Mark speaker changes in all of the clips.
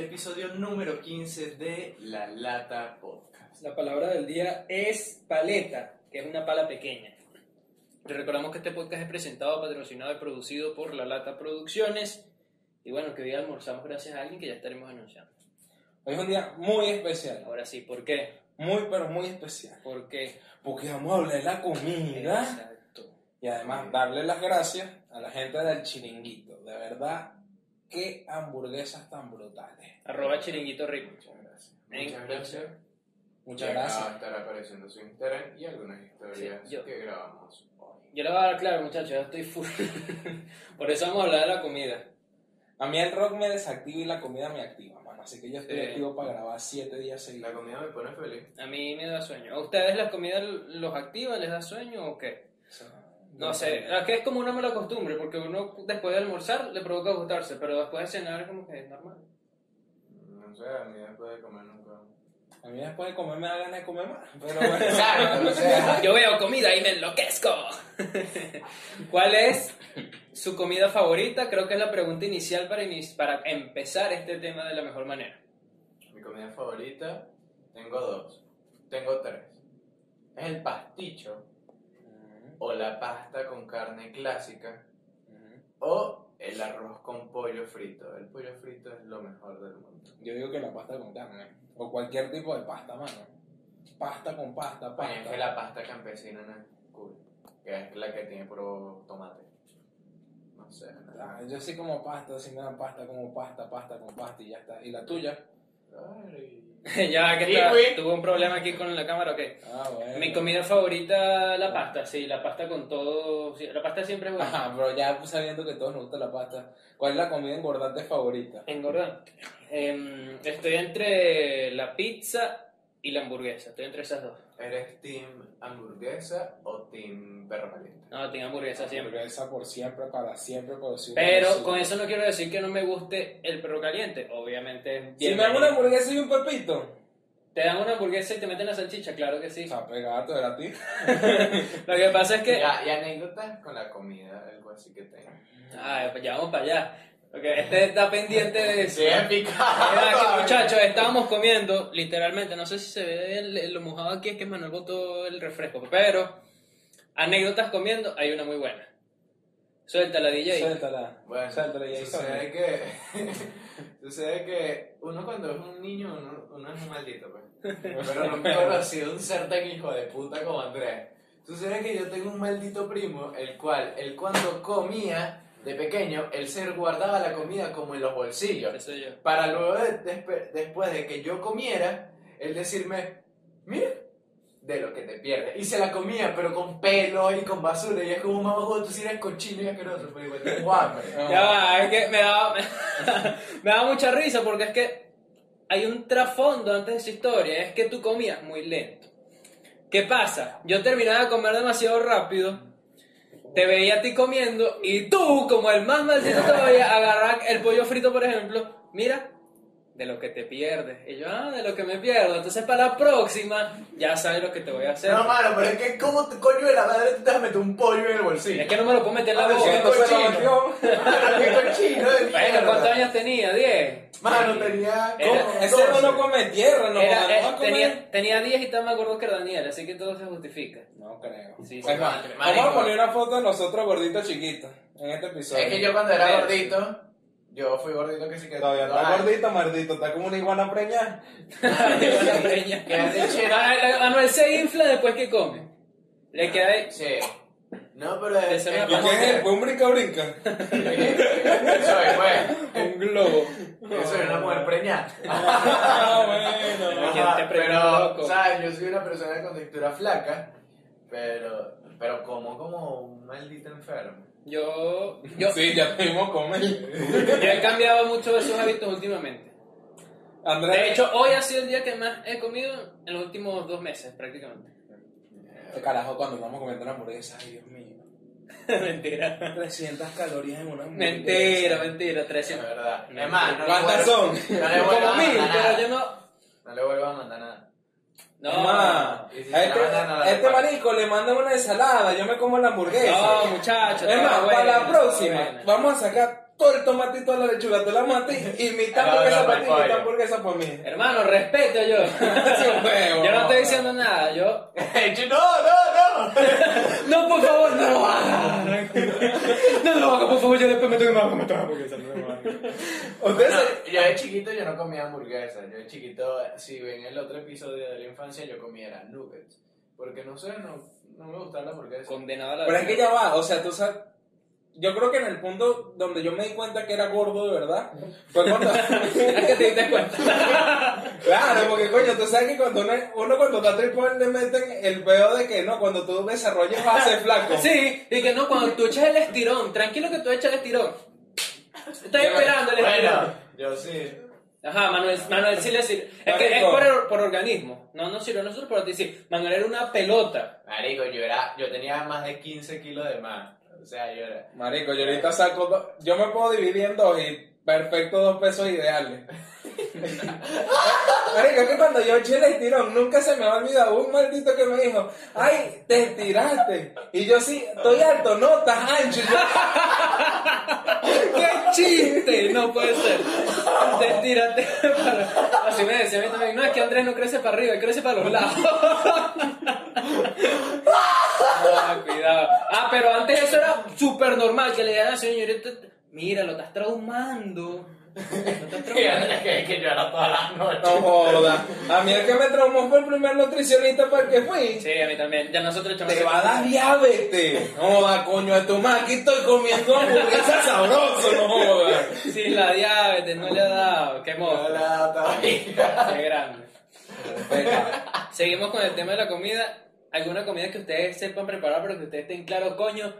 Speaker 1: episodio número 15 de La Lata Podcast.
Speaker 2: Pues, La palabra del día es paleta, que es una pala pequeña. Te recordamos que este podcast es presentado, patrocinado y producido por La Lata Producciones. Y bueno, que hoy almorzamos gracias a alguien que ya estaremos anunciando.
Speaker 3: Hoy es un día muy especial,
Speaker 2: Ahora sí, ¿por qué?
Speaker 3: muy pero muy especial,
Speaker 2: ¿Por qué?
Speaker 3: porque vamos a hablar de la comida
Speaker 2: Exacto.
Speaker 3: y además darle las gracias a la gente del chiringuito. De verdad, qué hamburguesas tan brutales.
Speaker 2: Arroba chiringuito rico.
Speaker 3: Muchas gracias.
Speaker 1: Muchas gracias.
Speaker 3: Muchas
Speaker 1: Ya
Speaker 3: gracias.
Speaker 1: va a estar apareciendo su Instagram y algunas historias
Speaker 2: Sí, yo.
Speaker 1: que grabamos hoy.
Speaker 2: Yo le voy a dar claro, muchachos, ya estoy full. Por eso vamos a hablar de la comida.
Speaker 3: A mí el rock me desactiva y la comida me activa, mano. Así que yo estoy
Speaker 2: Sí.
Speaker 3: activo para grabar siete días
Speaker 1: La
Speaker 3: seguidos.
Speaker 1: comida me pone feliz.
Speaker 2: A mí me da sueño. ¿A ustedes la comida los activa, les da sueño o qué?
Speaker 3: O sea,
Speaker 2: No sé, es que es como una mala costumbre, porque uno después de almorzar le provoca gustarse, pero después de cenar es como que es normal.
Speaker 1: No sé, a mí después de comer nunca.
Speaker 3: A mí después de comer me da ganas de comer más, pero bueno.
Speaker 1: Exacto, o sea.
Speaker 2: Yo veo comida y me enloquezco. ¿Cuál es su comida favorita? Creo que es la pregunta inicial para, ini- para empezar este tema de la mejor manera.
Speaker 1: Mi comida favorita, tengo dos. Tengo tres. Es el pasticho, o la pasta con carne clásica, o el arroz con pollo frito. El pollo frito es lo mejor del mundo.
Speaker 3: Yo digo que la pasta con carne. O cualquier tipo de pasta, mano. Pasta con pasta,
Speaker 1: Bueno, es
Speaker 3: pasta.
Speaker 1: que la pasta campesina no es cool, que es la que tiene puro tomate. No sé, nada.
Speaker 3: Ah, Yo sí como pasta, si me dan pasta, como pasta, pasta con pasta y ya está. ¿Y la tuya?
Speaker 1: Ay.
Speaker 2: ya que
Speaker 1: Sí,
Speaker 2: está-
Speaker 1: güey.
Speaker 2: tuve un problema aquí con la cámara, ok.
Speaker 3: Ah, bueno.
Speaker 2: Mi comida favorita, la pasta, sí, la pasta con todo. sí, La pasta siempre es buena.
Speaker 3: Ajá, pero ya sabiendo que todos nos gusta la pasta, ¿cuál es la comida engordante favorita?
Speaker 2: Engordar. Em, estoy entre la pizza y la hamburguesa. Estoy entre esas dos.
Speaker 1: ¿Eres team hamburguesa o team perro caliente?
Speaker 2: No, tengo
Speaker 3: Ah,
Speaker 2: hamburguesa siempre.
Speaker 3: Hamburguesa por siempre, para siempre, por siempre.
Speaker 2: Pero con
Speaker 3: con
Speaker 2: eso no quiero decir que no me guste el perro caliente. Obviamente. es
Speaker 3: Si me dan
Speaker 2: bienvenido.
Speaker 3: una hamburguesa y un pepito,
Speaker 2: Te dan una hamburguesa y te meten la salchicha, claro que sí.
Speaker 3: está pegado, era a ti.
Speaker 2: Lo que pasa es que.
Speaker 1: Ya, y anécdotas con la comida, algo así que tenga.
Speaker 2: Ay, pues ya vamos para allá. Porque este está pendiente de eso.
Speaker 1: Bien picado.
Speaker 2: Mira, aquí, muchachos, estábamos comiendo, literalmente, no sé si se ve el- lo mojado aquí, es que Manuel botó el refresco, pero anécdotas comiendo, hay una muy buena. Suéltala, DJ.
Speaker 3: Suéltala.
Speaker 1: Bueno,
Speaker 3: Suéltala, ya hizo.
Speaker 1: sucede que, sucede que uno cuando es un niño, uno, uno es un maldito, pues. Pero nunca he conocido un ser tan hijo de puta como Andrés. Sucede que yo tengo un maldito primo, el cual, él cuando comía de pequeño, él se guardaba la comida como en los bolsillos.
Speaker 2: Eso yo.
Speaker 1: Para luego, de- despe- después de que yo comiera, él decirme, mira, de lo que te pierdes. Y se la comía, pero con pelo y con basura. Y es como, mamá, huevo, tú sí eres cochino y asqueroso. Pero igual tengo hambre.
Speaker 3: No.
Speaker 2: Ya va, es que me daba, me daba mucha risa porque es que hay un trasfondo antes de esa historia, es que tú comías muy lento. ¿Qué pasa? Yo terminaba de comer demasiado rápido, te veía a ti comiendo y tú, como el más maldito todavía, agarrar el pollo frito, por ejemplo, mira, de lo que te pierdes. Y yo, ah, de lo que me pierdo. Entonces para la próxima, ya sabes lo que te voy a hacer.
Speaker 1: No, mano, pero es que, ¿cómo te- coño de la madre tú te vas a meter un pollo en el bolsillo?
Speaker 2: es que no me lo puedo meter en la
Speaker 1: Ah,
Speaker 2: boca.
Speaker 1: sí,
Speaker 3: Esto se lo
Speaker 1: cochino.
Speaker 3: metió.
Speaker 1: ¡Qué cochino de
Speaker 2: Bueno, ¿cuántos
Speaker 1: mierda!
Speaker 2: años tenía? ¿10?
Speaker 1: Mano, tenía.
Speaker 2: Era-
Speaker 1: como
Speaker 3: Ese no
Speaker 1: 12.
Speaker 3: no come tierra, no,
Speaker 2: Era-
Speaker 3: no va
Speaker 2: eh,
Speaker 3: a comer.
Speaker 2: tenía, tenía 10 y estaba más gordo que Daniel, así que todo se justifica.
Speaker 3: No creo.
Speaker 2: Sí, sí.
Speaker 3: Es más,
Speaker 1: Madre,
Speaker 3: vamos
Speaker 1: marico.
Speaker 3: a poner una foto de nosotros gorditos chiquitos en este episodio.
Speaker 1: Es que yo cuando era
Speaker 2: Pero-
Speaker 1: gordito, yo fui gordito que sí que.
Speaker 3: Todavía está
Speaker 1: Ay,
Speaker 3: gordito, maldito, está como una iguana preñada.
Speaker 2: Llegó la preña.
Speaker 1: Que era de chera.
Speaker 2: Manuel- Manuel eh, se infla después que come. Le queda ahí.
Speaker 1: Sí. No, pero es,
Speaker 2: Esa era
Speaker 1: es
Speaker 3: ¿Y
Speaker 2: la
Speaker 1: como
Speaker 3: quién es?
Speaker 1: que-
Speaker 3: ¿Fue un brinca brinca?
Speaker 1: Eso es, pues.
Speaker 2: Un globo.
Speaker 1: Eso es una mujer preñada.
Speaker 3: Ah,
Speaker 2: Pero
Speaker 3: bueno.
Speaker 2: ¿quién te
Speaker 1: Ajá,
Speaker 2: preñó,
Speaker 1: Pero,
Speaker 2: loco?
Speaker 1: ¿sabes? Yo soy una persona con textura flaca, pero, pero como como un maldito enfermo.
Speaker 2: Yo, yo,
Speaker 3: Sí, ya pudimos comer.
Speaker 2: yo he cambiado mucho esos hábitos últimamente. De
Speaker 3: Andrés,
Speaker 2: hecho, hoy ha sido el día que más he comido en los últimos dos meses, prácticamente.
Speaker 3: este carajo, cuando estamos comiendo una hamburguesa, ay Dios mío.
Speaker 2: mentira.
Speaker 3: 300 calorías en una hamburguesa.
Speaker 2: Mentira, mentira. 300.
Speaker 1: La verdad.
Speaker 2: No,
Speaker 1: Es más, no le
Speaker 3: ¿Cuántas
Speaker 1: vuelvo-
Speaker 3: son?
Speaker 1: No le vuelvo a
Speaker 2: Como mil,
Speaker 1: mandar
Speaker 2: pero
Speaker 1: nada.
Speaker 2: yo no.
Speaker 1: No le vuelvo a mandar nada.
Speaker 2: No,
Speaker 3: Ma,
Speaker 1: Y si
Speaker 3: a
Speaker 1: se la mandan a la
Speaker 3: este, este
Speaker 1: repa-
Speaker 3: marico le mandan una ensalada, yo me como la hamburguesa.
Speaker 2: no muchachos.
Speaker 3: es más, para la próxima, vamos a sacar todo el tomate y toda la lechuga, te la maté y mitad
Speaker 1: No,
Speaker 3: hamburguesa
Speaker 1: no,
Speaker 3: para ti y mitad
Speaker 1: repollo.
Speaker 3: hamburguesa para mí.
Speaker 2: Hermano, respeto yo. yo no estoy diciendo nada, yo.
Speaker 1: Yo, no, no, no.
Speaker 2: No, por favor, no lo hagas. No lo hagas, por favor, yo después me tengo que comer todas las hamburguesas.
Speaker 3: Ustedes
Speaker 1: No,
Speaker 3: se-
Speaker 1: yo de chiquito yo no comía hamburguesas. Yo de chiquito, si ven el otro episodio de la infancia, yo comía era nuggets. Porque no sé, no, no me gustaba la hamburguesa.
Speaker 2: Condenado a la
Speaker 3: Pero es que ya va, o sea, tú sabes. Yo creo que en el punto donde yo me di cuenta que era gordo de verdad, fue cuando.
Speaker 2: Es que te diste cuenta.
Speaker 3: claro, porque coño, tú sabes que cuando uno, uno cuando está tripón le meten el peo de que no, cuando tú desarrollas vas a ser flaco.
Speaker 2: Sí, y que no, cuando tú echas el estirón, tranquilo que tú echas el estirón. Estás
Speaker 3: Ya,
Speaker 2: esperando el
Speaker 1: Bueno,
Speaker 2: estirón.
Speaker 1: yo sí.
Speaker 2: Ajá, Manuel, Manuel sí le sirve. Es que es
Speaker 3: Marico.
Speaker 2: por, por organismo. No nos sirve a nosotros, pero a ti sí. Manuel era una pelota.
Speaker 1: Marico, yo era, yo tenía más de 15 kilos de más. O sea, yo era.
Speaker 3: Marico, yo ahorita saco. do- Yo me puedo dividir en dos y perfecto dos pesos ideales. Marico, es que cuando yo eché el estirón, nunca se me ha olvidado un maldito que me dijo: Ay, te estiraste. Y yo sí, estoy alto, no, estás ancho. Y yo,
Speaker 2: ¡Qué chiste! No puede ser. Te tírate para. Así me decía a mí también. No, es que Andrés no crece para arriba, él crece para los lados. No, cuidado. Ah, pero antes eso era súper normal que le digan a señorita. Mira, lo estás traumando. Lo estás traumando.
Speaker 1: que, que yo era todas las noches.
Speaker 3: No joda. A mí el que me traumó fue el primer nutricionista para el que fui.
Speaker 2: Sí, a mí también. Ya nosotros echamos.
Speaker 3: Te va a dar diabetes. No joda, coño, a tu madre. Aquí estoy comiendo hamburguesa sabroso. No joda.
Speaker 2: Sí, la diabetes, no le ha dado. Qué monstruo.
Speaker 1: Hola, todavía.
Speaker 2: Qué grande. Seguimos con el tema de la comida. ¿Alguna comida que ustedes sepan preparar, pero que ustedes estén claros, coño?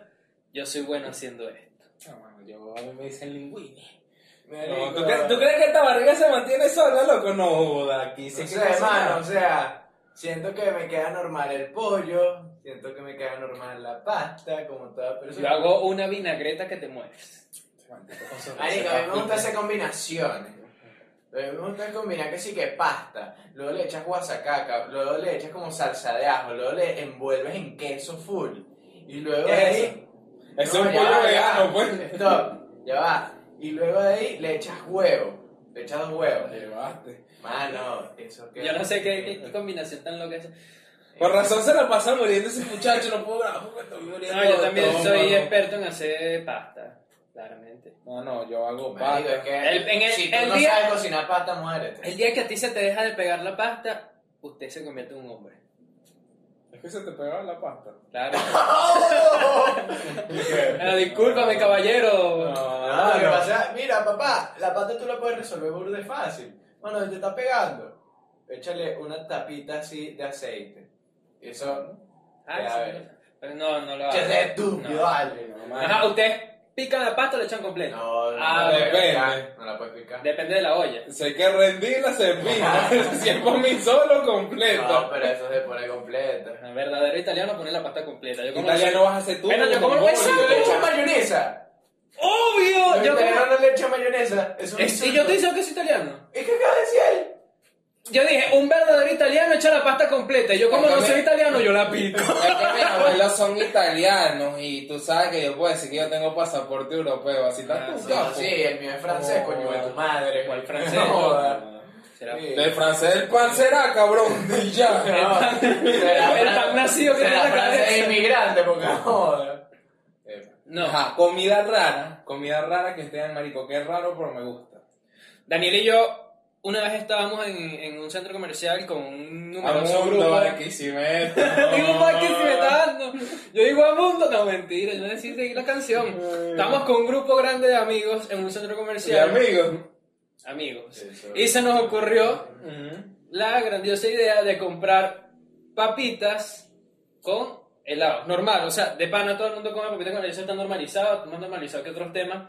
Speaker 2: Yo soy bueno haciendo esto.
Speaker 3: No, mano, yo a mí me dicen linguini. No,
Speaker 1: Marico.
Speaker 3: ¿tú, crees, tú crees que esta barriga se mantiene sola, loco? No joda. Aquí sí
Speaker 1: No
Speaker 3: que
Speaker 1: sé, hermano, o sea, siento que me queda normal el pollo, siento que me queda normal la pasta, como toda
Speaker 2: Yo
Speaker 1: persona.
Speaker 2: hago una vinagreta que te mueres.
Speaker 1: Marico, a mí me gusta hacer combinaciones. A mí me gusta combinar que sí que pasta, luego le echas guasacaca, luego le echas como salsa de ajo, luego le envuelves en queso full. Y luego
Speaker 3: ¿Qué
Speaker 1: de
Speaker 3: es
Speaker 1: ahí.
Speaker 3: Es
Speaker 1: No,
Speaker 3: un
Speaker 1: ya
Speaker 3: pollo
Speaker 1: va, ya
Speaker 3: vegano,
Speaker 1: va.
Speaker 3: pues.
Speaker 1: Stop, ya va. Y luego de ahí le echas huevo. Le echas dos huevos.
Speaker 3: Llevaste.
Speaker 1: Mano, eso que. Eh,
Speaker 2: Yo no sé qué, qué- qué combinación tan loca es.
Speaker 3: Por razón se la pasa muriendo ese muchacho. No puedo grabar porque estoy muriendo.
Speaker 2: No, yo también
Speaker 3: de
Speaker 2: soy
Speaker 3: estómago.
Speaker 2: experto en hacer pasta, claramente.
Speaker 3: No, no, yo hago
Speaker 1: Marico, es
Speaker 3: pasta.
Speaker 1: que
Speaker 2: El- en el-
Speaker 1: si tú
Speaker 2: el
Speaker 1: no
Speaker 2: día-
Speaker 1: sabes cocinar pasta, muérete.
Speaker 2: El día que a ti se te deja de pegar la pasta, usted se convierte en un hombre.
Speaker 3: Es que se te pegaba la pasta.
Speaker 2: Claro.
Speaker 3: ¡Oh!
Speaker 1: no,
Speaker 2: Ah, discúlpame, caballero.
Speaker 1: lo que pasa, mira, papá, la pasta tú la puedes resolver burda de fácil. Bueno, te está pegando. Échale una tapita así de aceite. Eso.
Speaker 2: Ah,
Speaker 1: Ya,
Speaker 2: sí,
Speaker 1: a ver.
Speaker 2: pero no, no lo hago.
Speaker 1: Che, de estúpido,
Speaker 2: No.
Speaker 1: dale.
Speaker 2: Ajá, ustedes pican la pasta o la echan completa.
Speaker 1: No, no,
Speaker 2: Ah,
Speaker 1: la puedes
Speaker 3: depende.
Speaker 1: picar, No la puedes picar.
Speaker 2: Depende de la olla.
Speaker 3: Sé que rendirla se pina. si es por mí solo,
Speaker 1: No,
Speaker 3: completo.
Speaker 1: pero eso se pone completa.
Speaker 2: El verdadero italiano pone la pasta completa. Yo como
Speaker 3: Italia no vas a hacer tú.
Speaker 2: Bueno, yo como el
Speaker 3: voy.
Speaker 2: hueso.
Speaker 1: le echas mayonesa?
Speaker 2: ¡Obvio! Yo
Speaker 1: Yo
Speaker 2: como-
Speaker 1: no le echa mayonesa. Es un
Speaker 2: Es- y yo te diciendo que es italiano.
Speaker 1: ¿Y qué acaba de decir él?
Speaker 2: Yo dije, un verdadero italiano echa la pasta completa. Y yo como no soy italiano, yo la pico.
Speaker 3: Es que mis abuelos son italianos y tú sabes que yo puedo decir que yo tengo pasaporte europeo. Así
Speaker 2: Ah,
Speaker 3: estás tú,
Speaker 2: sí,
Speaker 1: No,
Speaker 3: capo.
Speaker 1: sí, el mío es francés,
Speaker 3: No.
Speaker 1: coño de tu madre.
Speaker 2: ¿Cuál francés?
Speaker 1: No, joda.
Speaker 2: Será-
Speaker 1: Sí.
Speaker 3: Del francés el pan será, cabrón. Y ya.
Speaker 1: No, será-
Speaker 2: El pan nacido que
Speaker 1: será
Speaker 2: tiene la
Speaker 1: francés
Speaker 2: cabeza.
Speaker 1: inmigrante, porque no joda. Eh,
Speaker 2: No.
Speaker 3: Ajá, comida rara. Comida rara que esté en marico. Que es raro, pero me gusta.
Speaker 2: Daniel y yo una vez estábamos en, en un centro comercial con un numeroso
Speaker 3: Amor,
Speaker 2: grupo.
Speaker 3: Barquisimeto.
Speaker 2: Digo, pa, que si me está dando. Yo digo a mundo. No, mentira, yo necesito seguir la canción.
Speaker 1: Eh.
Speaker 2: Estamos con un grupo grande de amigos en un centro
Speaker 3: Sí,
Speaker 2: comercial.
Speaker 3: amigos.
Speaker 2: amigos.
Speaker 1: Eso.
Speaker 2: Y se nos ocurrió
Speaker 3: Ujú.
Speaker 2: la grandiosa idea de comprar papitas con helado. Normal, o sea, de pana todo el mundo come papitas con helado, eso está normalizado, más normalizado que otros temas.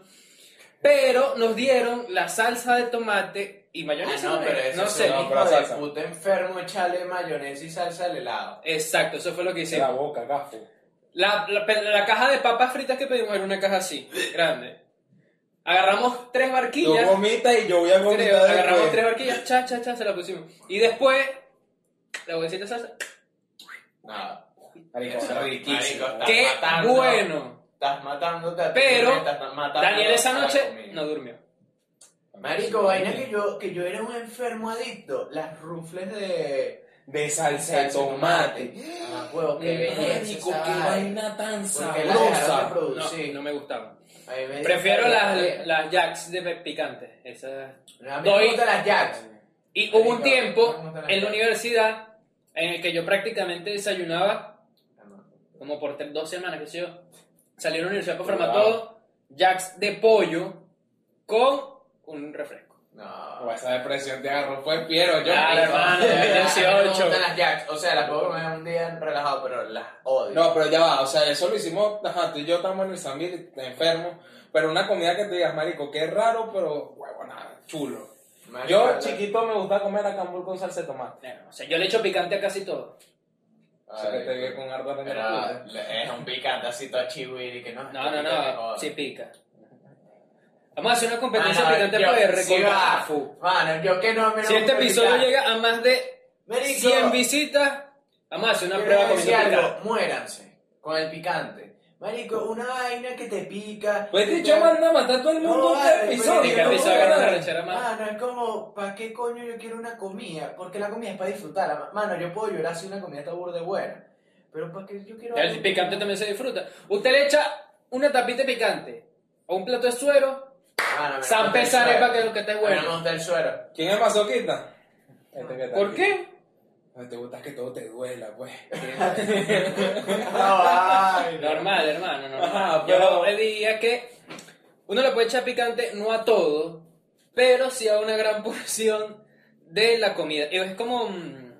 Speaker 2: Pero nos dieron la salsa de tomate y mayonesa.
Speaker 1: Ah, no, pero eso
Speaker 2: no
Speaker 1: es
Speaker 2: sé.
Speaker 1: un
Speaker 3: no,
Speaker 1: hijo
Speaker 3: pero
Speaker 1: de
Speaker 3: salsa.
Speaker 1: puta enfermo, echale mayonesa y salsa al helado.
Speaker 2: Exacto, eso fue lo que
Speaker 3: Se
Speaker 2: hicimos.
Speaker 3: la boca, gafo.
Speaker 2: La, la- pero la caja de papas fritas que pedimos era una caja así, grande. Agarramos tres
Speaker 3: Tú
Speaker 2: barquillas,
Speaker 3: vomitas y yo voy a
Speaker 2: creo,
Speaker 3: vomitar.
Speaker 2: agarramos
Speaker 3: después.
Speaker 2: tres barquillas, cha, cha, cha, se la pusimos. Y después, la bolsita de salsa.
Speaker 1: No,
Speaker 3: Marico,
Speaker 1: Eso,
Speaker 3: está riquísimo.
Speaker 1: marico, está-
Speaker 2: ¡Qué
Speaker 1: matando.
Speaker 2: bueno!
Speaker 1: estás matándote a ti,
Speaker 2: Pero,
Speaker 1: me estás matando
Speaker 2: Daniel
Speaker 1: a
Speaker 2: esa
Speaker 1: la
Speaker 2: noche
Speaker 1: comida.
Speaker 2: no durmió.
Speaker 1: Marico, vaina que yo, que yo era un enfermo adicto. Las rufles de.
Speaker 3: De salsa de tomate.
Speaker 1: Ah, huevo, qué
Speaker 2: Mm.
Speaker 1: belleza.
Speaker 3: Marico,
Speaker 1: esa
Speaker 3: qué
Speaker 1: vaina.
Speaker 3: vaina tan
Speaker 1: Porque las dejaron de
Speaker 3: sabrosa.
Speaker 2: No,
Speaker 1: producir.
Speaker 2: no me gustaba.
Speaker 1: A mí me
Speaker 2: Prefiero
Speaker 1: gusta
Speaker 2: las, las jacks de pe- picante. Esas.
Speaker 1: A mí me
Speaker 2: Doy-
Speaker 1: gustan las Jacks.
Speaker 2: Y hubo un
Speaker 1: Marico, no me
Speaker 2: tiempo
Speaker 1: gustan las
Speaker 2: en la
Speaker 1: Jacks.
Speaker 2: universidad en el que yo prácticamente desayunaba como por tres- dos semanas, que sé yo. Salí a la universidad para formar
Speaker 3: Wow.
Speaker 2: todo, jacks de pollo con un refresco.
Speaker 1: No.
Speaker 3: O esa depresión te agarró fue Piero, yo.
Speaker 2: Claro, hermano,
Speaker 1: De verdad, a mí me
Speaker 2: 18.
Speaker 1: gustan las Jacks. O sea, las puedo comer un día relajado, pero las odio.
Speaker 3: No, pero ya va, o sea, eso lo hicimos, ajá, tú y yo estamos en el San Miguel, enfermo, pero una comida que te digas, marico, qué raro, pero, huevo, nada, chulo.
Speaker 1: Marico,
Speaker 3: Yo,
Speaker 1: las-
Speaker 3: chiquito, me gusta comer acambur con salsa de tomate.
Speaker 2: Bueno, o sea, yo le echo picante a casi todo.
Speaker 3: O sea, que te vi
Speaker 1: Ay,
Speaker 3: con harta
Speaker 1: pero
Speaker 3: arena.
Speaker 1: es un picante así todo chihuiri que no.
Speaker 2: No, no,
Speaker 1: que
Speaker 2: no,
Speaker 1: joda.
Speaker 2: sí pica. Vamos a hacer una competencia
Speaker 1: Mano,
Speaker 2: picante
Speaker 1: Ah, yo-
Speaker 2: para de
Speaker 1: sí
Speaker 2: recordar.
Speaker 1: va. Mano, yo que no me
Speaker 2: Si este episodio llega a más de
Speaker 1: Marico,
Speaker 2: 100 visitas, vamos a hacer una
Speaker 1: quiero
Speaker 2: prueba
Speaker 1: decir
Speaker 2: comiendo
Speaker 1: algo,
Speaker 2: picante.
Speaker 1: Muéranse con el picante. Marico, una vaina que te pica.
Speaker 3: Pues
Speaker 1: que
Speaker 3: dicho,
Speaker 1: te-
Speaker 3: man, nada más, está todo el mundo en
Speaker 1: vale,
Speaker 3: este
Speaker 1: pero-
Speaker 3: episodio.
Speaker 2: Este
Speaker 3: ¿no?
Speaker 2: episodio
Speaker 3: Vale.
Speaker 2: era una rechera más.
Speaker 1: Mano, es como, ¿para qué coño yo quiero una comida? Porque la comida es para disfrutarla. Mano, yo puedo llorar si una comida está burda de buena. Pero ¿para qué yo quiero
Speaker 2: El
Speaker 1: algo-
Speaker 2: picante también se disfruta. Usted le echa una tapita de picante o un plato de suero,
Speaker 1: Mano, me
Speaker 2: San
Speaker 1: gusta el
Speaker 2: Pesare,
Speaker 1: suero.
Speaker 2: pa' que lo que esté
Speaker 1: A mí
Speaker 2: bueno.
Speaker 1: Me gusta el suero.
Speaker 3: ¿Quién es masoquista? Este que está
Speaker 2: ¿por
Speaker 3: aquí.
Speaker 2: qué?
Speaker 3: No te gusta que todo te duela, pues.
Speaker 1: Ay,
Speaker 2: Normal, hermano, normal.
Speaker 3: Ajá,
Speaker 2: Yo
Speaker 3: pero-
Speaker 2: le diría que uno le puede echar picante no a todo, pero sí a una gran porción de la comida. Y es como... mm,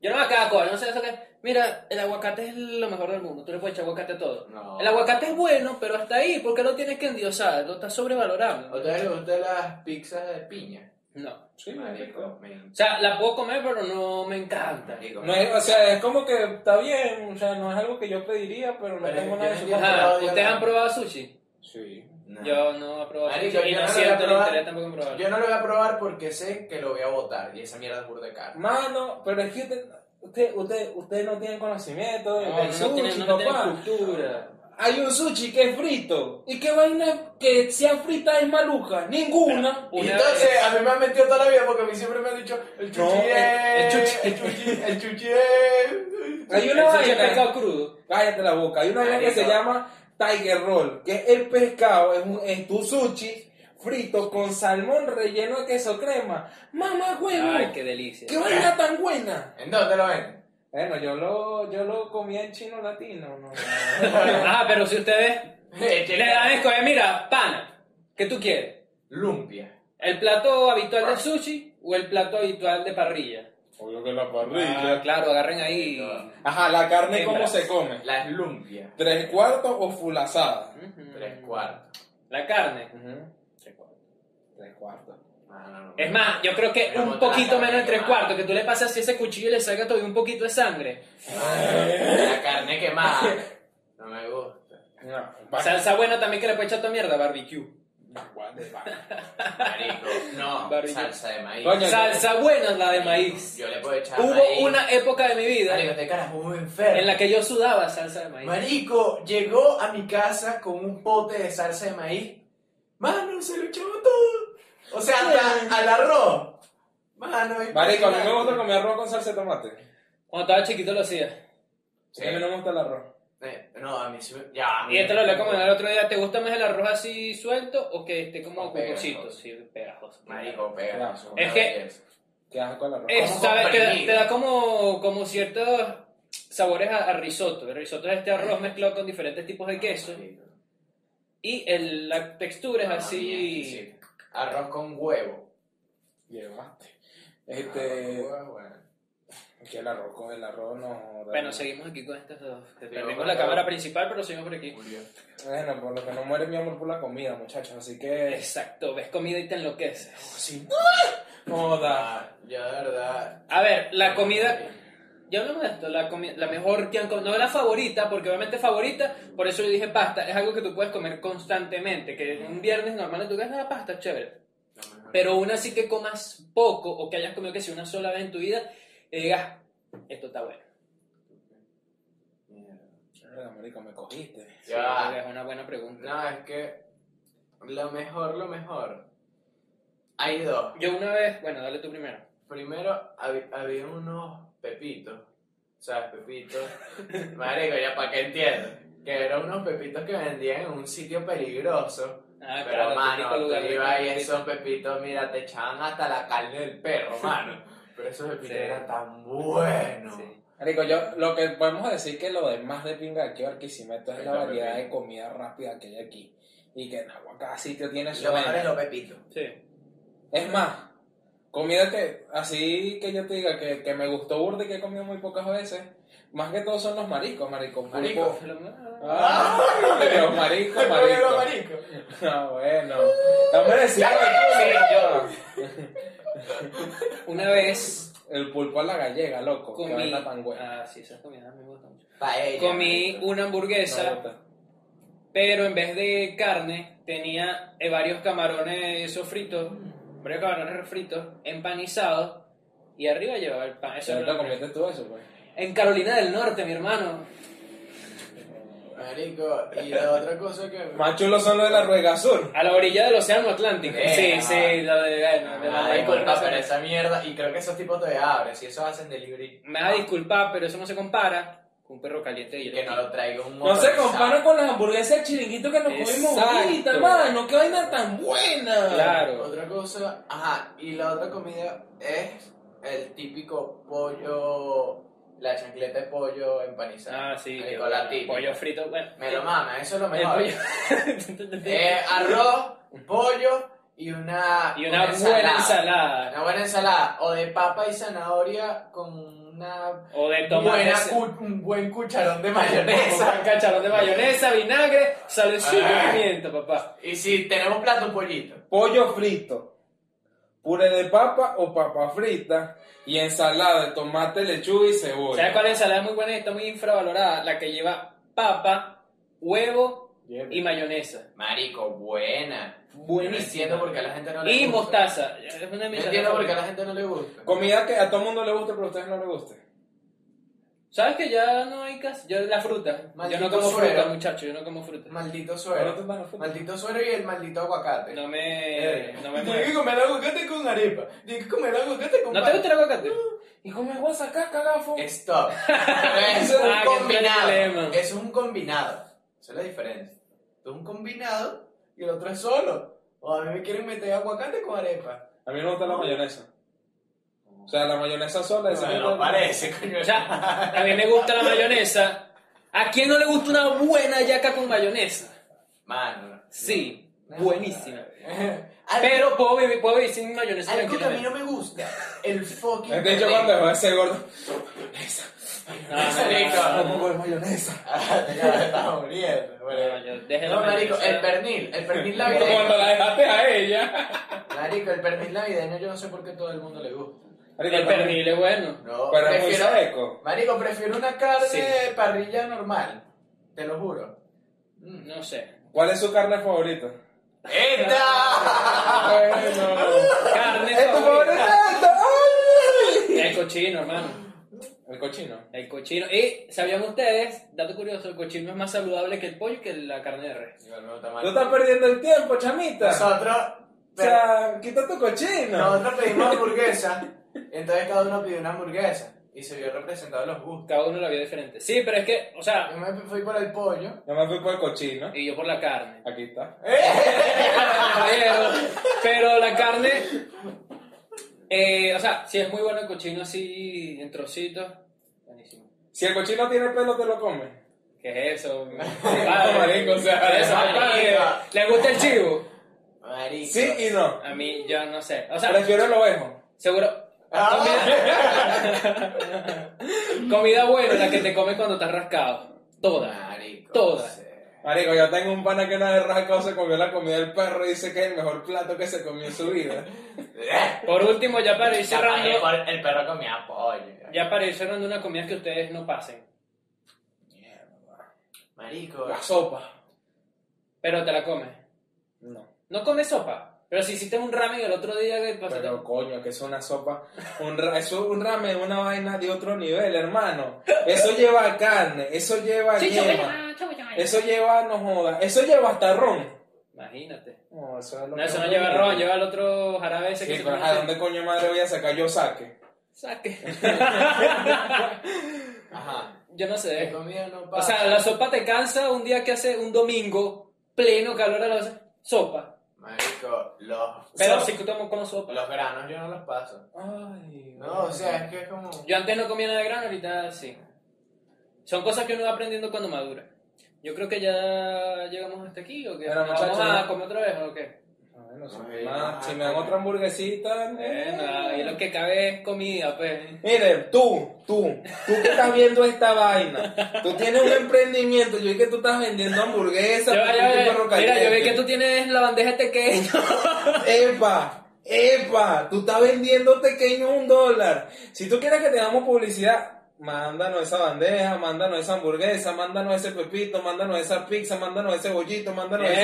Speaker 2: Yo no me acabo, no sé eso que... Mira, el aguacate es lo mejor del mundo, tú le puedes echar aguacate a todo.
Speaker 1: No.
Speaker 2: El aguacate es bueno, pero hasta ahí, porque lo tienes que endiosar, lo estás sobrevalorando.
Speaker 1: ¿O te gustan las pizzas de piña?
Speaker 2: No.
Speaker 3: Sí,
Speaker 1: Marico,
Speaker 3: marico.
Speaker 1: me
Speaker 2: O sea, la puedo comer, pero no me encanta.
Speaker 1: Marico,
Speaker 3: No es, o sea, es como que está bien, o sea, no es algo que yo pediría, pero no
Speaker 1: Pero
Speaker 3: tengo
Speaker 1: yo
Speaker 3: nada de
Speaker 1: no
Speaker 3: su
Speaker 1: entiendo.
Speaker 3: control.
Speaker 2: Ajá,
Speaker 1: probado, yo
Speaker 2: ¿ustedes
Speaker 1: no.
Speaker 2: han probado sushi?
Speaker 3: Sí.
Speaker 1: No.
Speaker 2: Yo no he probado
Speaker 1: Marico,
Speaker 2: sushi y
Speaker 1: yo no
Speaker 2: no
Speaker 1: lo voy a
Speaker 2: siento el
Speaker 1: probar.
Speaker 2: interés tampoco en probarlo.
Speaker 1: Yo no lo voy a probar porque sé que lo voy a botar y esa mierda es burda de carne.
Speaker 3: Mano, pero es que usted, usted, usted, usted no tiene conocimiento
Speaker 2: No,
Speaker 3: del
Speaker 2: no, no
Speaker 3: sushi,
Speaker 2: tiene- no tiene
Speaker 3: papá.
Speaker 2: cultura.
Speaker 3: Hay un sushi que es frito. ¿Y qué vaina que sea frita es maluca? Ninguna.
Speaker 2: Una
Speaker 1: Entonces,
Speaker 2: vez-
Speaker 1: a mí me han metido toda la vida porque a mí siempre me han dicho el chuchi
Speaker 3: No, el-
Speaker 1: es,
Speaker 3: el chuchi-
Speaker 1: el chuchi, el chuchi es.
Speaker 3: Hay una
Speaker 2: El sushi es
Speaker 3: vaina.
Speaker 2: pescado crudo.
Speaker 3: Cállate la boca. Hay una vaina que
Speaker 1: Marico.
Speaker 3: se llama Tiger Roll, que es el pescado, es, un, es tu sushi frito con salmón relleno de queso crema. Mamá, huevo.
Speaker 2: Ay, qué delicia.
Speaker 3: ¿Qué vaina tan buena?
Speaker 1: ¿En dónde lo ven?
Speaker 3: Bueno, yo lo, yo lo comía en chino latino. No,
Speaker 2: Ajá, Ah, pero si ustedes le dan a
Speaker 1: Checa.
Speaker 2: escoger, mira, pana, ¿qué tú quieres?
Speaker 1: Lumpia.
Speaker 2: ¿El plato habitual de sushi o el plato habitual de parrilla?
Speaker 3: Obvio que la
Speaker 2: Ah, claro, agarren ahí.
Speaker 3: Ajá, la carne, ¿cómo
Speaker 2: Hembras.
Speaker 3: se come?
Speaker 1: Las lumpias.
Speaker 3: ¿Tres cuartos o fulazada?
Speaker 2: Ujú.
Speaker 1: Tres cuartos.
Speaker 2: La carne.
Speaker 3: Tres cuartos.
Speaker 1: No, no, no.
Speaker 2: Es más, yo creo que
Speaker 1: Pero
Speaker 2: un
Speaker 1: botar la
Speaker 2: poquito
Speaker 1: carne
Speaker 2: menos de tres
Speaker 1: quemada.
Speaker 2: cuartos, que tú le pasas así ese cuchillo y le salga todavía un poquito de sangre.
Speaker 1: Ah, La carne quemada. No me gusta.
Speaker 3: No,
Speaker 2: Salsa buena también que le puede echar a tu mierda, barbecue.
Speaker 1: Marico, no.
Speaker 2: Barrillo.
Speaker 1: Salsa de maíz.
Speaker 3: Coño,
Speaker 2: Salsa buena es la de maíz.
Speaker 1: Yo le puedo echar maíz.
Speaker 2: Hubo una época de mi vida
Speaker 1: Marico, este carajo es un enfermo.
Speaker 2: en la que yo sudaba salsa de maíz.
Speaker 1: Marico, llegó a mi casa con un pote de salsa de maíz. Mano, se lo echaba todo. O sea, hasta al arroz. Mano, y-
Speaker 3: Marico, a mí me gusta comer arroz con salsa de tomate.
Speaker 2: Cuando estaba chiquito lo hacía.
Speaker 1: Sí.
Speaker 3: A mí no me gusta el arroz.
Speaker 1: Eh, no, a mí sí me. Ya. a mí
Speaker 2: Y esto lo
Speaker 1: me-
Speaker 2: hablé como en el otro día. ¿Te gusta más el arroz así suelto o que esté como
Speaker 1: Con pegajoso.
Speaker 2: jugosito? Sí, pegajoso.
Speaker 1: Marico, pega.
Speaker 3: Es
Speaker 1: una
Speaker 2: que-
Speaker 1: belleza.
Speaker 3: ¿Qué haces con el arroz?
Speaker 2: Eso,
Speaker 1: Como
Speaker 2: ¿sabes? Te, da-
Speaker 1: comprimido.
Speaker 2: te da como, como ciertos sabores a, a risotto. El risotto es este arroz mezclado con diferentes tipos
Speaker 1: ah,
Speaker 2: de queso.
Speaker 1: Marico.
Speaker 2: Y el- la textura es
Speaker 1: Mamma
Speaker 2: así.
Speaker 1: mía, Ah, sí. Arroz con huevo.
Speaker 3: Llevaste.
Speaker 1: Arroz
Speaker 3: Este.
Speaker 1: con huevo, bueno.
Speaker 3: Que el arroz con el arroz no.
Speaker 2: Bueno, seguimos aquí con estas dos. Perdimos
Speaker 1: bueno,
Speaker 2: la
Speaker 1: bueno.
Speaker 2: cámara principal, pero seguimos por aquí.
Speaker 1: Murió.
Speaker 3: Bueno, por lo que no muere mi amor por la comida, muchachos. Así que.
Speaker 2: Exacto, ves comida y te enloqueces.
Speaker 3: Sí. Joda.
Speaker 1: Ah, yo de verdad.
Speaker 2: A ver, la comida. Ya hablamos de esto, la, comi- la mejor que han comido, no la favorita, porque obviamente favorita, por eso yo dije pasta, es algo que tú puedes comer constantemente, que un viernes normal en tu casa la pasta, chévere.
Speaker 1: Lo mejor.
Speaker 2: Pero una sí que comas poco o que hayas comido que sea una eh, sola vez en tu vida y digas, esto está bueno.
Speaker 1: Mierda.
Speaker 3: Verga, marico, me cogiste.
Speaker 2: Sí,
Speaker 1: Ya.
Speaker 2: verga, es una buena pregunta.
Speaker 1: No, es que lo mejor, lo mejor. Hay dos.
Speaker 2: Yo una vez, bueno, dale tú primero.
Speaker 1: Primero, hab- había unos pepitos. ¿Sabes? Pepitos. Marico, ya para qué entiendo. Que eran unos pepitos que vendían en un sitio peligroso.
Speaker 2: Ah,
Speaker 1: pero,
Speaker 2: típico
Speaker 1: mano, tú
Speaker 2: lugar de
Speaker 1: ibas y
Speaker 2: comer
Speaker 1: esos pepitos, mira, te echaban hasta la carne del perro, mano. Pero esos pepitos
Speaker 2: Sí.
Speaker 1: eran tan buenos.
Speaker 2: Sí.
Speaker 3: Marico, yo lo que podemos decir que lo demás de pinga aquí Barquisimeto es
Speaker 1: Es
Speaker 3: la
Speaker 1: la
Speaker 3: variedad
Speaker 1: pepita.
Speaker 3: de comida rápida que hay aquí. Y que en agua cada sitio tiene su
Speaker 1: Lo mejor
Speaker 3: vaina.
Speaker 1: es los pepitos.
Speaker 2: Sí.
Speaker 3: Es más, comida que, así que yo te diga que, que me gustó burda y que he comido muy pocas veces, más que todo son los maricos, marico. pulpo.
Speaker 1: Marico.
Speaker 3: Ay, los maricos,
Speaker 1: Pero,
Speaker 3: maricos.
Speaker 1: marico.
Speaker 3: No, Ah, bueno. Estamos diciendo
Speaker 2: Una vez
Speaker 3: El pulpo a la gallega, loco. que
Speaker 2: comí.
Speaker 3: vaina tan buena.
Speaker 2: Ah, sí, esas comidas me gustan mucho.
Speaker 1: Paella,
Speaker 2: Comí
Speaker 1: marico.
Speaker 2: una hamburguesa,
Speaker 3: No, puta.
Speaker 2: pero en vez de carne, tenía eh, varios camarones sofritos, varios camarones refritos, empanizados, y arriba llevaba el pan. Eso
Speaker 3: Pero
Speaker 2: era
Speaker 3: te
Speaker 2: lo que-
Speaker 3: comiste tú eso, pues.
Speaker 2: En Carolina del Norte, mi hermano.
Speaker 1: Marico, y la otra cosa que.
Speaker 3: Más chulos son los de la Ruega Sur.
Speaker 2: A la orilla del Océano Atlántico.
Speaker 1: Eh,
Speaker 2: sí,
Speaker 1: ajá.
Speaker 2: sí, lo de. bueno, me va a
Speaker 1: Ah, disculpa,
Speaker 2: disculpar,
Speaker 1: pero
Speaker 2: pero-
Speaker 1: esa mierda. Y creo que esos tipos todavía abren. Si esos hacen delivery.
Speaker 2: Me va a disculpar, pero eso no se compara con un perro caliente de
Speaker 1: Y
Speaker 2: hielo.
Speaker 1: que no lo traiga un
Speaker 3: No se
Speaker 1: motorizado.
Speaker 3: compara con las hamburguesas de chiringuito que nos comimos
Speaker 2: Exacto.
Speaker 3: ahorita, mano. Qué vaina tan buena.
Speaker 2: Claro.
Speaker 1: Otra cosa. Ajá, y la otra comida es el típico pollo. La chancleta de pollo empanizada.
Speaker 2: Ah, sí.
Speaker 1: Marico,
Speaker 2: que
Speaker 1: la
Speaker 2: bueno,
Speaker 1: típica.
Speaker 2: Pollo frito, bueno.
Speaker 1: Me lo mama, eso es lo
Speaker 2: Ah, El
Speaker 1: mejor.
Speaker 2: pollo.
Speaker 1: Eh, arroz, pollo y una.
Speaker 2: y una buena ensalada.
Speaker 1: Una buena ensalada. O de papa y zanahoria con una.
Speaker 2: O de tomate.
Speaker 1: Buena,
Speaker 2: ese-
Speaker 1: cu- un buen cucharón de
Speaker 2: Mayonesa,
Speaker 1: mayonesa.
Speaker 2: un cacharón de mayonesa, vinagre, salecita
Speaker 1: Ah.
Speaker 2: y pimiento, papá.
Speaker 1: Y si tenemos plato, un pollito.
Speaker 3: pollo frito, puré de papa o papa frita y ensalada de tomate, lechuga y
Speaker 2: ¿Sabes
Speaker 3: cebolla.
Speaker 2: cuál ensalada es muy buena y está muy infravalorada? La que lleva papa, huevo y mayonesa.
Speaker 1: Marico, buena.
Speaker 2: Buenísima.
Speaker 1: No entiendo por qué a la gente no le
Speaker 2: Y
Speaker 1: gusta.
Speaker 2: mostaza. Es una de
Speaker 1: No
Speaker 2: mis
Speaker 1: entiendo por qué a
Speaker 2: favoritas.
Speaker 1: la gente no le gusta.
Speaker 3: Comida que a todo mundo le guste, pero a ustedes no les guste.
Speaker 2: ¿Sabes que ya no hay casi? Yo la fruta.
Speaker 1: Maldito
Speaker 2: yo no como
Speaker 1: suero.
Speaker 2: fruta, muchacho. Yo no como fruta.
Speaker 1: Maldito
Speaker 3: Ahora tú
Speaker 1: suero.
Speaker 3: vas a la fruta.
Speaker 1: Maldito suero y el maldito aguacate.
Speaker 2: No me.
Speaker 1: Eh,
Speaker 2: No me
Speaker 1: Tienes que
Speaker 2: mueve.
Speaker 1: comer aguacate con arepa. Tienes que comer aguacate con
Speaker 2: ¿No te
Speaker 1: pan.
Speaker 2: gusta el aguacate? Eh,
Speaker 3: ¿Y cómo es guasacá, cagafo?
Speaker 1: Stop. Eso es
Speaker 2: Ah,
Speaker 1: un
Speaker 2: qué
Speaker 1: combinado.
Speaker 2: problema.
Speaker 1: Eso es un combinado. Esa es la diferencia. Tú es un combinado y el otro es solo. O a mí me quieren meter aguacate con arepa.
Speaker 3: A mí no me gusta la mayonesa. O sea, la mayonesa sola. esa
Speaker 1: Bueno,
Speaker 3: mierda-
Speaker 1: parece, coño.
Speaker 2: O sea, a mí me gusta la mayonesa. ¿A quién no le gusta una buena yaca con mayonesa?
Speaker 1: Mano.
Speaker 2: Sí,
Speaker 1: No.
Speaker 2: buenísima.
Speaker 1: Algo-
Speaker 2: Pero puedo vivir, puedo vivir sin mayonesa.
Speaker 1: Algo que a mí
Speaker 2: tranquilamente.
Speaker 1: no me gusta, el fucking
Speaker 3: De hecho,
Speaker 1: pernil.
Speaker 3: cuando va a ser gordo, mayonesa,
Speaker 2: Ah, No, no, no,
Speaker 1: Rico.
Speaker 2: no,
Speaker 3: no
Speaker 2: no,
Speaker 3: pongo de mayonesa.
Speaker 1: Ah, ya está muriendo.
Speaker 2: no,
Speaker 1: bueno.
Speaker 2: yo dejé la
Speaker 1: No, marico,
Speaker 2: mayonesa.
Speaker 1: el pernil, el pernil
Speaker 3: Como cuando
Speaker 1: navideño.
Speaker 3: la dejaste a ella.
Speaker 1: Marico, el pernil navideño yo no sé por qué todo el mundo le gusta.
Speaker 2: El pernil es bueno.
Speaker 1: No,
Speaker 3: Pero es muy
Speaker 1: prefiero,
Speaker 3: seco.
Speaker 1: marico, prefiero una carne
Speaker 2: Sí.
Speaker 1: de parrilla normal, te lo juro. Mm.
Speaker 2: No sé.
Speaker 3: ¿Cuál es su carne favorita?
Speaker 1: ¡Esta!
Speaker 3: Bueno.
Speaker 2: Carne
Speaker 3: ¿Es tu
Speaker 2: favorita.
Speaker 3: favorita? ¡Ay!
Speaker 2: El cochino, hermano.
Speaker 3: El cochino.
Speaker 2: El cochino. Y sabían ustedes, dato curioso, el cochino es más saludable que el pollo y que la carne de res.
Speaker 1: Igual me gusta más.
Speaker 3: Tú estás perdiendo el tiempo, chamita.
Speaker 1: Nosotros,
Speaker 3: o sea, quita tu cochino.
Speaker 1: nosotros pedimos hamburguesa, entonces cada uno pidió una hamburguesa y se vio representado los gustos.
Speaker 2: Cada uno la vio diferente. Sí, pero es que, o sea,
Speaker 1: Yo me fui por el pollo.
Speaker 3: Yo me fui por el cochino.
Speaker 2: y yo por la carne.
Speaker 3: Aquí está.
Speaker 2: Pero, pero la carne, eh, o sea, si es muy bueno el cochino así en trocitos, buenísimo.
Speaker 3: Si el cochino tiene pelo, te lo comes.
Speaker 2: ¿Qué es eso?
Speaker 3: marico, o sea,
Speaker 2: ¿Qué es eso,
Speaker 1: marico.
Speaker 2: compadre? ¿Le gusta el chivo?
Speaker 1: Marico.
Speaker 3: Sí y no.
Speaker 2: A mí, yo no sé. O sea,
Speaker 3: Prefiero el ovejo.
Speaker 2: seguro,
Speaker 1: Ah,
Speaker 2: comida buena la que te comes cuando estás rascado. Toda.
Speaker 1: Marico.
Speaker 2: Todas.
Speaker 1: sí.
Speaker 3: Marico, yo tengo un pana que una vez rascado se comió la comida del perro y dice que es el mejor plato que se comió en su vida.
Speaker 2: Por último, ya para ir cerrando,
Speaker 1: Capaz que El perro comía pollo.
Speaker 2: ya para ir cerrando una comida que ustedes no pasen.
Speaker 1: Marico.
Speaker 3: La sopa.
Speaker 2: Pero te la comes.
Speaker 3: No.
Speaker 2: ¿No comes sopa? Pero si hiciste un ramen el otro día, ¿qué pasa?
Speaker 3: Pero coño, que es una sopa, un ra- eso es un ramen, una vaina de otro nivel, hermano. Eso lleva carne, eso lleva yema, eso lleva, no joda, eso lleva hasta ron.
Speaker 2: Imagínate.
Speaker 3: No, eso, es lo
Speaker 2: No, eso
Speaker 3: que-
Speaker 2: no lleva ron, lleva el otro jarabe ese
Speaker 3: Sí,
Speaker 2: que se
Speaker 3: pero,
Speaker 2: conoce.
Speaker 3: ¿A dónde coño madre voy a sacar yo saque?
Speaker 2: Saque.
Speaker 1: Ajá.
Speaker 2: Yo no
Speaker 1: De
Speaker 2: sé.
Speaker 1: comida no
Speaker 2: O
Speaker 1: pasa.
Speaker 2: sea, la sopa te cansa un día que hace un domingo pleno calor a la vez. Sopa.
Speaker 1: Marico, los,
Speaker 2: Pero
Speaker 3: Sopa.
Speaker 2: si tomo como sopa.
Speaker 1: los granos yo no los paso.
Speaker 3: Ay,
Speaker 1: No, o sea, es que es como...
Speaker 2: Yo antes no comía nada de grano, ahorita sí. Son cosas que uno va aprendiendo cuando madura. Yo creo que ya llegamos hasta aquí o qué.
Speaker 3: Pero,
Speaker 2: ¿Nos
Speaker 3: muchacho,
Speaker 2: vamos a
Speaker 3: no.
Speaker 2: comer otra vez o qué.
Speaker 3: Ay, no sé,
Speaker 1: Ay,
Speaker 3: nada,
Speaker 1: no,
Speaker 3: si
Speaker 1: no,
Speaker 3: me dan
Speaker 1: no.
Speaker 3: otra hamburguesita.
Speaker 2: Bueno,
Speaker 3: eh.
Speaker 2: ahí lo que cabe es comida, pues.
Speaker 3: Miren, tú, tú, tú que estás viendo esta vaina, tú tienes un emprendimiento, yo vi que tú estás vendiendo hamburguesas,
Speaker 2: Yo-
Speaker 3: tú tienes
Speaker 2: yo-
Speaker 3: perro
Speaker 2: mira, yo vi
Speaker 3: caliente.
Speaker 2: que tú tienes la bandeja de tequeño.
Speaker 3: ¡Epa! ¡Epa! Tú estás vendiendo pequeño un dólar. Si tú quieres que te hagamos publicidad, mándanos esa bandeja, mándanos esa hamburguesa, mándanos ese pepito, mándanos esa pizza, mándanos ese bollito, mándanos
Speaker 2: ¡Epa!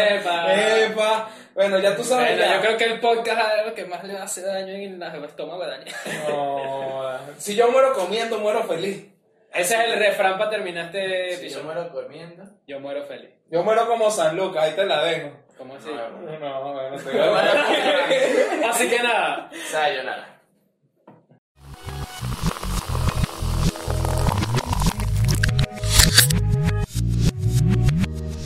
Speaker 3: esa... ¡Epa! Bueno, ya tú sabes.
Speaker 2: Bueno,
Speaker 3: ya.
Speaker 2: yo creo que el podcast es algo que más le hace daño en la- el estómago a Daniel.
Speaker 3: No, si yo muero comiendo, muero feliz.
Speaker 2: Ese es el refrán para terminar este
Speaker 1: si
Speaker 2: episodio.
Speaker 1: yo muero comiendo...
Speaker 2: Yo muero feliz.
Speaker 3: Yo muero como San Lucas, ahí te la dejo.
Speaker 2: ¿Cómo así?
Speaker 1: No,
Speaker 3: No, bueno, te
Speaker 1: Yo muero comiendo.
Speaker 2: Así que nada.
Speaker 1: Sayonara.